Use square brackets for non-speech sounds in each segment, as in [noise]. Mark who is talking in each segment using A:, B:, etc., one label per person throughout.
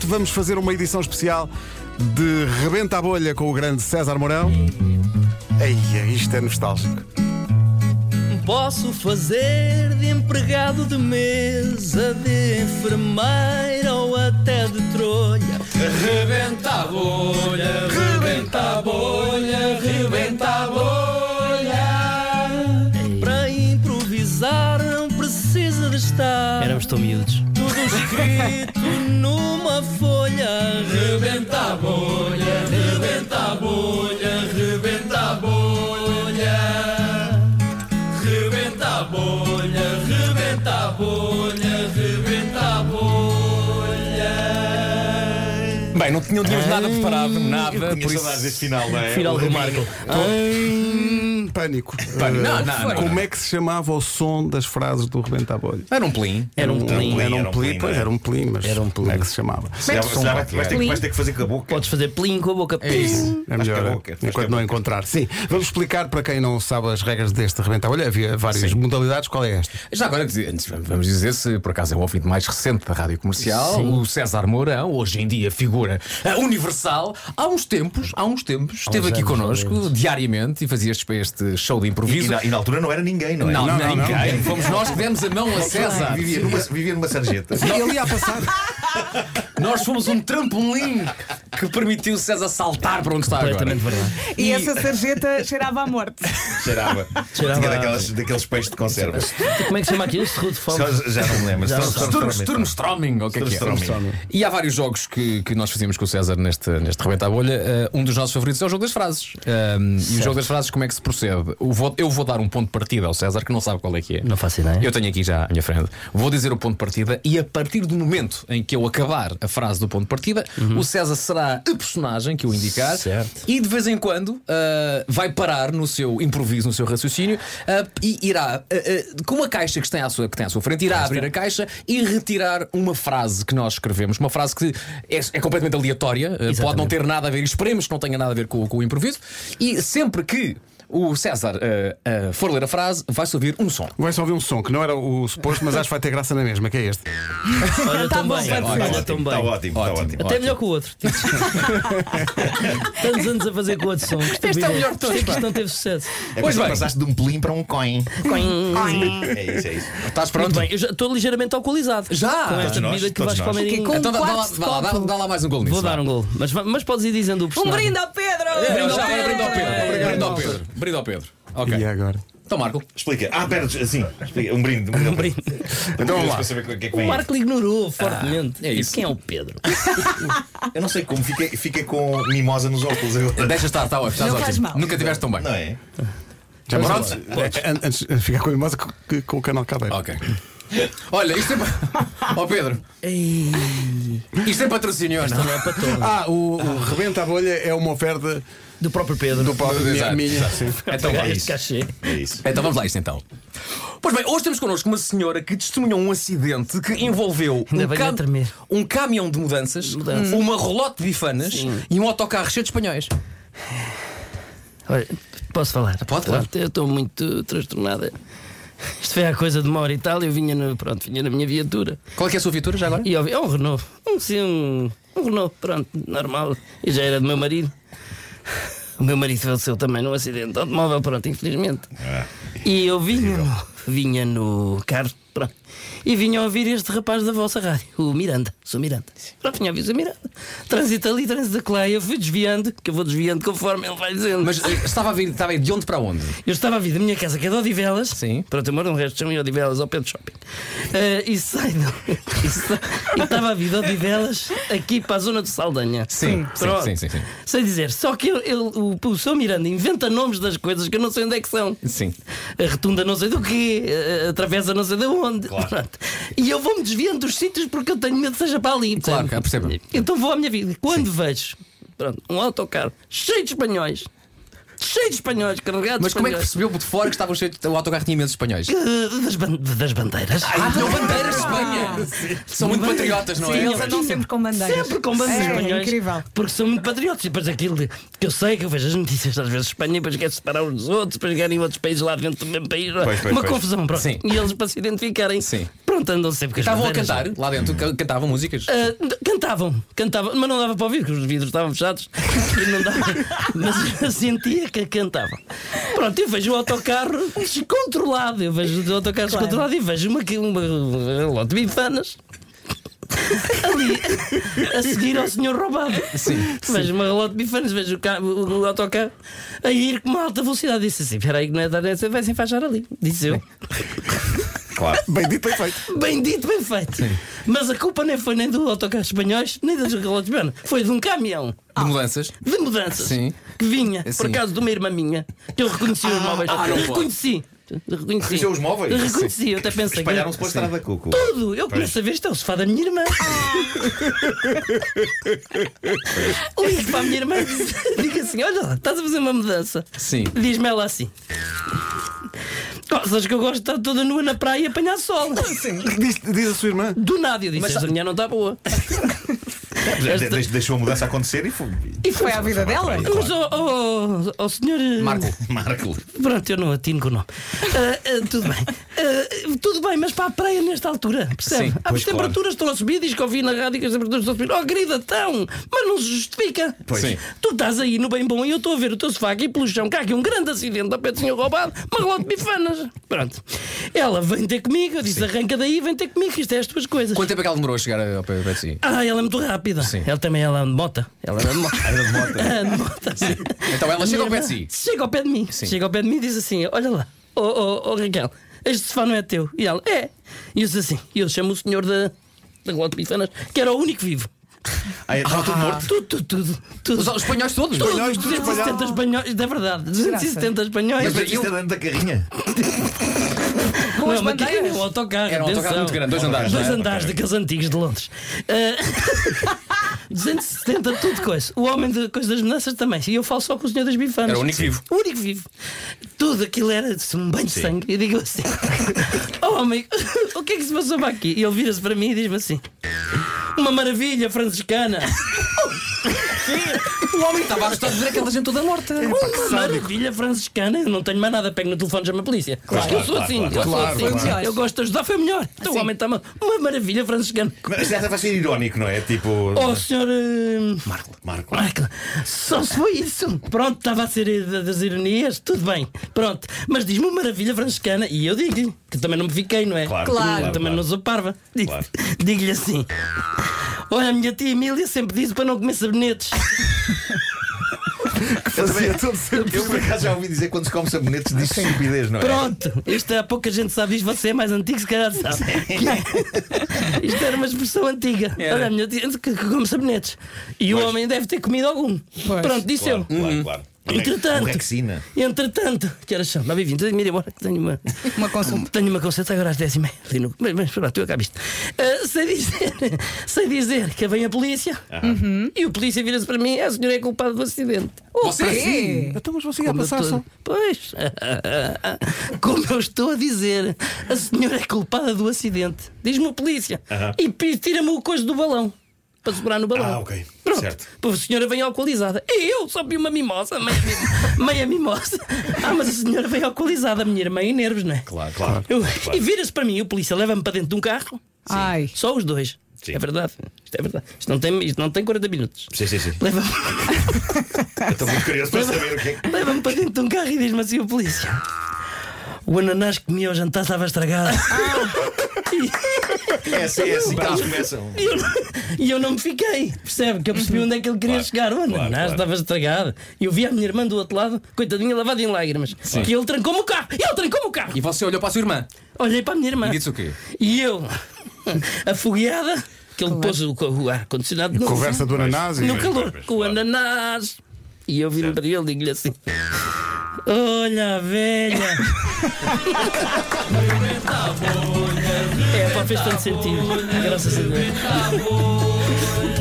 A: Hoje vamos fazer uma edição especial de Rebenta a Bolha com o grande César Mourão. Ei, isto é nostálgico.
B: Posso fazer de empregado de mesa, de enfermeira ou até de trolha.
C: Rebenta a bolha, rebenta a bolha, rebenta a bolha.
B: Para improvisar não precisa de estar
D: Éramos tão miúdos.
B: tudo escrito numa folha.
C: Rebenta a bolha, rebenta a bolha, rebenta a bolha. Rebenta a bolha, rebenta a bolha, rebenta a bolha.
E: Bem, não tinham de hoje nada preparado, nada, por
F: Tinha
E: isso.
F: saudades deste final, não é?
D: Final do Marco.
A: Ai, Um pânico.
E: Pânico.
A: Eh,
E: Não, não, não.
A: Como é que se chamava o som das frases do Rebenta a Bolha?
E: Era um plim.
D: Era um
F: plim,
D: plim.
A: Era um
F: era um
A: plim,
F: plim,
A: pois
F: não é?
A: era um plim, mas
D: Era um
A: como é
D: plim.
A: que se chamava?
D: Como é
F: Já-
D: que
F: já
E: um
D: som
F: vai- vais ter que- vais ter que fazer com a boca.
D: Podes fazer plim com a boca. Plim.
A: É
F: Acho que é
A: melhor,
F: bom, que- acho que é
A: enquanto
F: bom.
A: não encontrar. Sim, vamos explicar para quem não sabe as regras deste Rebenta a Bolha. Havia várias modalidades, qual é esta?
E: Já agora, antes, vamos dizer, se por acaso é o ouvinte mais recente da rádio comercial, o César Mourão, hoje em dia figura eh, universal, há uns tempos, há uns tempos, esteve aqui connosco diariamente e fazia este, este show de
F: E
E: improviso.
F: na, e na altura não era ninguém, não é?
E: não, não,
A: não, não.
E: ninguém. um Fomos nós que demos a mão a César.
F: Vivia numa, vivia numa sarjeta.
A: Ele ia a passar.
E: Nós fomos um trampolim que permitiu César saltar para onde está agora.
D: Completamente É verdade.
G: E, essa sarjeta cheirava à morte.
F: [laughs]
G: [laughs]
F: Cheirava.
D: Cheirava.
F: Tinha daquelas, daqueles peixes de conservas.
D: Como é que se chama aquilo? Serrudo de fome.
F: Só- já não me lembro.
D: Já não
F: Sturm-
E: Sturm-
F: Sturm-
E: Sturmstroming, ou o que é que é?
F: Sturmstroming.
E: E há vários jogos que, que nós fazíamos com o César neste, neste Rebenta a Bolha. Uh, um dos nossos favoritos é o jogo das frases. Um, e o jogo das frases, como é que se procede? Eu vou, eu vou dar um ponto de partida ao César, que não sabe qual é que é.
D: Não faço ideia.
E: Eu tenho aqui já à minha frente. Vou dizer o ponto de partida e a partir do momento em que eu acabar a frase do ponto de partida, o César será a personagem que eu indicar
D: Uhum. Certo.
E: e de vez em quando ah, vai parar no seu improviso, no seu raciocínio ah, e irá, ah, ah, com uma caixa que tem à sua, que tem à sua frente, irá abrir a caixa e retirar uma frase que nós escrevemos. Uma frase que é, é completamente aleatória, ah, pode não ter nada a ver, esperemos que não tenha nada a ver com, com o improviso. E sempre que. O César ah, ah, for ler a frase, vai-se ouvir um som.
A: Vai só ouvir um som que não era o suposto, mas acho que vai ter graça na mesma, que é este.
D: Olha tão
G: bom,
D: bem.
G: vai
F: Está
D: Olha
F: Tá ótimo,
D: tão
F: está
D: bem.
F: ótimo, está ótimo.
D: Até melhor que o outro. Tantos anos a fazer com o outro som. Este
E: Este é o melhor de todos,
D: Isto
E: pá.
D: não teve sucesso.
F: É
E: Pois
F: quando
E: bem.
F: passaste de um pelim para um coin.
G: Coim.
F: É isso, é isso.
E: Estás
D: Muito
E: pronto?
D: bem, eu já estou ligeiramente alcoolizado.
E: Já?
D: Com esta
F: Todos
D: bebida
F: nós,
D: que vais
F: todos nós.
D: comer
G: Que com-
E: Então dá, dá lá,
G: Quatro
E: dá, lá, dá,
G: copos.
E: dá lá mais um gol nisso.
D: Vou dar um gol. Mas, mas podes ir dizendo o
G: Um
D: personagem.
G: brinde ao Pedro!
E: Brinde
G: ao
E: ao Pedro. Brinde ao Pedro.
G: Pedro.
E: Brinde ao Pedro. Brinde ao Pedro.
A: E
E: Ok.
A: agora?
E: Então, Marco.
F: Explica. Ah, pera, sim. Explica. Um brinde. Um brinde.
A: Então, vamos lá.
F: Para saber o que é que
D: O
F: vem.
D: Marco ignorou fortemente.
E: é isso.
D: E quem é o Pedro?
F: Eu não sei como fica, fica com mimosa nos óculos agora.
E: Deixa estar, está ótimo. Estás
G: Não faz
E: ótimo.
G: mal.
E: Nunca tiveste tão bem. Tá
F: Não é?
A: Já
E: Vamos
A: pronto? É, an- Antes de ficar com a mimosa, com- que- com o canal cá dentro.
E: Ok. Olha, isto é. pa- Ó Pedro,
D: Ei,
E: isto é patrocínio ou não?
D: não é para todos.
A: Ah, o, o Rebenta a Bolha é uma oferta
D: Do próprio Pedro.
A: do Paulo minha.
E: Exato,
A: minha.
E: exato. Então vá.
D: Este cachê.
F: É isso.
E: Então vamos lá, isto então. Pois bem, hoje temos connosco uma senhora que testemunhou um acidente que envolveu
D: Ainda
E: um,
D: bem que eu tremei.
E: um caminhão de mudanças, uma rolote de bifanas e um autocarro cheio de espanhóis.
D: Olha, posso falar?
E: Pode, claro.
D: Eu estou muito transtornada. é. Isto foi a coisa de uma hora e tal. Eu vinha, no, pronto, vinha na minha viatura.
E: Qual é, que é a sua viatura já agora?
D: E ouvi, é um Renault. Um, sim, um, um Renault, pronto, normal. E já era do meu marido. O meu marido faleceu também num acidente de automóvel, pronto, infelizmente. e eu vinha no, vinha no carro, pronto. E vinha ouvir este rapaz da vossa rádio, o Miranda. Sou Miranda. Pronto, vinha a ouvir o Miranda. Trânsito ali, trânsito lá. E eu fui desviando, que eu vou desviando conforme ele vai dizendo.
E: Mas eh, estava a vir, estava a ir de onde para onde?
D: Eu estava a vir da minha casa, que é de Odivelas.
E: Sim.
D: Pronto, eu moro no resto de chão em Odivelas, ao pé do shopping. Eh, e saio. do- [laughs] e sa- e estava a vir de Odivelas aqui para a zona de Saldanha.
E: Sim, sim,
D: Pronto.
E: sim, sim, sim.
D: Sei dizer, só que eu- eu- o, o Sr. Miranda inventa nomes das coisas que eu não sei onde é que são.
E: Sim.
D: A retunda não sei do quê, a- a travessa não sei de onde. Pronto. E eu vou-me desviando dos sítios porque eu tenho medo que seja para ali.
E: Claro,
D: Portanto,
E: percebo.
D: Então vou à minha vida. Quando vejo pronto, um autocarro cheio de espanhóis. Cheio de espanhóis, carregados de
E: Mas como é que
D: espanhóis.
E: percebeu por de fora que estava cheio de... o autocarro tinha imensos espanhóis?
D: Eh, das, ban- das bandeiras.
E: Ah, tinham bandeiras de Espanha! São muito patriotas, não
G: Eles
E: é?
G: andam sempre com bandeiras.
D: Sempre com bandeiras
G: É,
D: espanhóis.
G: incrível.
D: Porque são muito patriotas. E depois aquilo de- que eu sei, que eu vejo as notícias às vezes de Espanha, depois quer separar uns dos outros, depois querem outros países lá dentro do mesmo país. é?
F: Pois, pois,
D: Uma
F: pois.
D: confusão, pronto.
E: Sim.
D: E eles para se identificarem.
E: Sim.
D: Pronto, Pronto, andam sempre com as
E: Estavam a
D: bandeiras.
E: cantar lá dentro, ca- cantavam músicas.
D: Ah, d- cantavam, cantavam, mas não dava para ouvir, porque os vidros estavam fechados e não [laughs] dava, mas eu sentia que cantavam. Pronto, eu vejo o autocarro descontrolado, eu vejo o autocarro descontrolado e vejo uma, uma, um lote de bifanas. Ali a seguir ao senhor roubado. Sim, vejo uma relote de bifanas, vejo o, ca- o, o autocarro a ir com uma alta velocidade. Disse assim: espera aí, que não é da nessa, vai se enfaixar ali. Disse eu.
F: Claro.
A: [laughs] Bem dito, bem feito.
D: Bem dito, bem feito. Mas a culpa nem foi nem do autocarro espanhóis, nem das relotes espanhóis. Foi de um caminhão
E: De mudanças.
D: de mudanças
E: Sim.
D: que vinha, por
E: Sim.
D: acaso, de uma irmã minha, que eu reconheci os móveis.
E: ah, não pode.
D: reconheci. Reconheci.
F: Reconheceu os móveis?
D: Reconheci, eu até pensei.
F: Espalharam-se pela estrada Cuco.
D: Tudo! Eu começo a ver isto é o sofá da
E: [laughs]
D: minha irmã. Ligo para a minha irmã e digo assim: Olha lá, estás a fazer uma mudança.
E: Sim.
D: Diz-me ela assim. Gostas que eu gosto de estar toda nua na praia e apanhar sol.
A: Diz, diz a sua irmã.
D: Do nada eu disse: Mas a minha não está boa.
F: De- de- Deixou a mudança acontecer e foi.
G: E foi à vida dela?
D: [laughs] Mas, oh, ó ó, ó, senhor. eh,
E: Marco.
D: [laughs]
F: Marco.
D: Pronto, eu não atino com o nome. Ah, ah, tudo bem. Ah, tudo bem, mas para a praia nesta altura, percebe?
E: Sim,
D: Há as
F: pois, claro.
D: temperaturas estão a subir, diz que ouvi na rádio que as temperaturas estão a subir. Oh, querida, estão! Mas não se justifica.
F: Pois. Sim.
D: Tu estás aí no bem bom e eu estou a ver o teu sofá aqui pelo chão, cá aqui um grande acidente ao pé do senhor roubado, uma lote de bifanas. Pronto. Ela vem ter comigo, eu disse: arranca daí, vem ter comigo, que isto é as tuas coisas.
E: Quanto tempo é que ela demorou a chegar ao pé de si?
D: Ah, ela é muito rápida.
E: Sim.
D: Ela também é ela anda de mota. Ela anda de mota.
F: Era de moto.
D: Ah, de mota.
E: Então ela chega ao pé de
D: Minha
E: si.
D: irmã Chega ao pé de mim. Chega ao pé de mim e diz assim: Olha lá, oh, oh, oh, Raquel, este sofá não é teu. E ela, é. E eu disse assim: e Eu chamo o senhor da, da Glote Bifanas, que era o único vivo.
F: Ah,
E: é,
F: estava tudo morto.
D: Tudo, tudo, tudo. tudo.
E: Os espanhóis todos?
D: Tudo,
A: espanhóis, tudo
D: 270 espanhóis, é verdade, 270 espanhóis.
F: Mas isto era dentro da carrinha.
D: não,
G: as
D: é uma carrinha,
G: bandeiras?
D: um autocarro.
E: Era um autocarro
D: atenção.
E: muito grande, dois andares.
D: Dois
E: não é?
D: andares daqueles antigos de Londres. Ah, [laughs] 270, tudo coisa. O homem de coisa das mudanças também. E eu falo só com o senhor das bifanas.
E: Era o único vivo.
D: O único vivo. Tudo aquilo era um banho de sangue. E digo assim: Oh, homem, [laughs] o que é que se passou para aqui? E ele vira-se para mim e diz-me assim: Uma maravilha franciscana.
E: O Um homem estava a gostar de ver aquela gente toda morta.
D: Uma maravilha franciscana. Eu não tenho mais nada. Pego no telefone, chama a polícia. Claro, eu sou assim. eu, sou assim.
G: claro. Claro.
D: eu gosto de ajudar, foi melhor. Então o homem está-me. Uma maravilha franciscana.
F: Mas esta vai ser irónico, não é? Tipo.
D: Oh, senhor. eh,
F: Marco. Marco.
D: Michael, só se foi isso. Pronto, estava a ser da- das ironias, tudo bem. Pronto, mas diz-me uma maravilha franciscana e eu digo-lhe, que também não me fiquei, não é?
F: Claro,
D: Eu
F: claro,
D: também
F: claro.
D: não sou parva. Digo-
F: Claro.
D: [laughs] Digo-lhe assim: Olha, a minha tia Emília sempre diz para não comer
F: [laughs]
D: sabonetes.
A: Fazia todo sentido.
F: Eu por acaso já ouvi dizer que quando se come sabonetes diz estupidez, não é?
D: Pronto, isto há pouca gente sabe isto, você é mais antigo, se calhar sabe.
F: [laughs]
D: isto era uma expressão antiga. Olha, a minha tia que, que come sabonetes. E o homem deve ter comido algum. Pronto, disse eu.
F: Claro, claro, claro.
D: Uhum. Entretanto,
F: Rexina.
D: entretanto, que horas são? 9 e 20 tenho de ir embora, que tenho uma,
G: Uma consulta.
D: Tenho uma consulta agora às 10 e meia. ali no- Mas, mas pronto, eu acabo isto. Ah, sei, dizer, [laughs] sei dizer que vem a polícia e o polícia vira-se para mim: "Ah, a senhora é culpada do acidente.
G: O
E: Você
G: quê?
A: Então, mas você ia passar
D: eu
A: só.
D: estou- Pois, [laughs] como eu estou a dizer, a senhora é culpada do acidente. Diz-me a polícia e pi- tira-me o coisa do balão. Para segurar no balão.
F: Ah, ok.
D: Pronto.
F: Certo.
D: Pô, A senhora vem alcoolizada. E eu só vi uma mimosa, meia, mi- [laughs] meia mimosa. Ah, mas a senhora vem alcoolizada, a minha irmã em nervos, não é?
F: Claro, claro.
D: Eu-
F: claro.
D: E viras para mim, o polícia leva-me para dentro de um carro.
G: Ai.
D: Só os dois.
F: Sim.
D: É verdade. Isto é verdade. Isto não tem, isto não tem 40 minutos.
F: Sim, sim, sim.
D: Leva-me.
F: Eu Estou muito curioso para saber o que é que.
D: Leva-me para dentro de um carro e diz-me assim o polícia. O ananás que comia ao jantar estava estragado.
F: É assim, é assim que eles começam.
D: E eu, e eu não me fiquei, percebe? Que eu percebi onde é que ele queria
F: Claro,
D: chegar. O
F: claro,
D: ananás
F: claro.
D: estava estragado. E eu vi a minha irmã do outro lado, coitadinha, lavada em lágrimas. Que ele trancou-me o carro. Ele trancou-me o carro.
E: E você olhou para a sua irmã.
D: Olhei para a minha irmã.
E: E disse o quê?
D: E eu, [laughs] afogueada, que ele pôs o, co- o ar-condicionado no,
A: Conversa do ananás e.
D: no calor,
F: pois,
D: com o
F: claro.
D: ananás. E eu vim para ele e digo-lhe assim: Olha, a velha. É, pá, fez tanto sentido. Graças a Deus.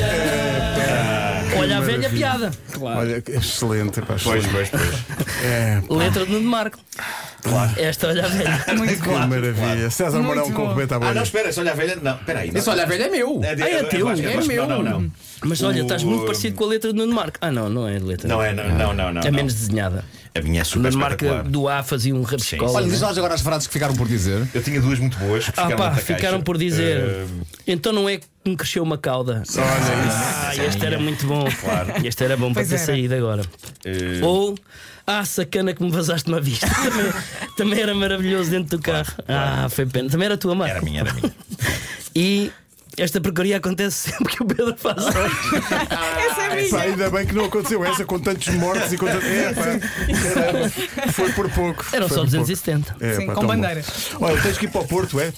F: É,
D: Olha a velha piada.
A: Olha, que excelente, pá,
F: Pois,
A: excelente.
F: pois, pois.
A: É,
D: Letra de Nuno Marco. Claro. Esta olha a velha.
A: que maravilha. César Mourão com o rebento à
F: Ah, não,
A: bolha.
F: espera, se olha a velha. Não, espera aí. não.
E: Isso, olha, a velha é meu.
F: de-
D: Ah, é
F: de-
D: teu,
F: Vasco,
D: é
F: Vasco,
E: meu.
F: Não, não, não.
D: Mas olha,
F: O-
D: estás muito parecido com a letra de Nuno Marco. Ah, não, não é a letra.
F: Não é, não, não, não. não,
D: É
F: não.
D: menos desenhada.
F: Eh, A minha é super
D: Na marca
F: espetacular.
D: do A fazia um
F: Sim.
D: rabiscola.
E: Olha,
D: né?
E: diz nós agora as frases que ficaram por dizer.
F: Eu tinha duas muito boas que
D: Ah
F: ficaram
D: pá,
F: nesta caixa.
D: ficaram por dizer.
F: Eh,
D: Então não é que me cresceu uma cauda. Ah, este era muito bom. Claro. Este era bom para
G: Pois
D: ter
G: era.
D: saído agora.
F: eh,
D: Ou, ah, sacana que me vazaste uma vista. [laughs] também, também era maravilhoso dentro do carro. Ah, foi pena. Também era tua marca.
F: Era minha, era minha.
D: [laughs] E esta porcaria acontece sempre que o Pedro faz. anos.
G: Essa é
A: Pá,
G: minha.
A: ainda bem que não aconteceu essa com tantos mortos e com tantos. É, pá, caramba, foi por pouco.
D: Eram
A: foi
D: só
A: por pouco.
D: 270.
A: É,
G: Sim,
A: pá,
G: com
A: tão bom.
G: bandeiras.
A: Olha, tens que ir para o Porto, é?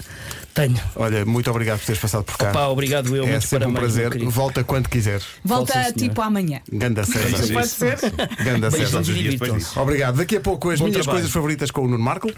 D: Tenho.
A: Olha, muito obrigado por teres passado por cá.
D: Pá, obrigado eu.
A: é
D: muito
A: sempre um
D: parabéns, meu
A: prazer.
D: querido.
A: Volta quando quiseres.
D: Volta,
G: Volta
D: sim,
G: tipo amanhã.
A: Ganda César.
F: Pode
A: Ganda César.
D: Beijinhos e
F: dias depois
D: divirtam-se.
F: disso.
A: Obrigado. Daqui a pouco as
D: Bom
A: minhas
D: trabalho.
A: coisas favoritas com o Nuno Marco.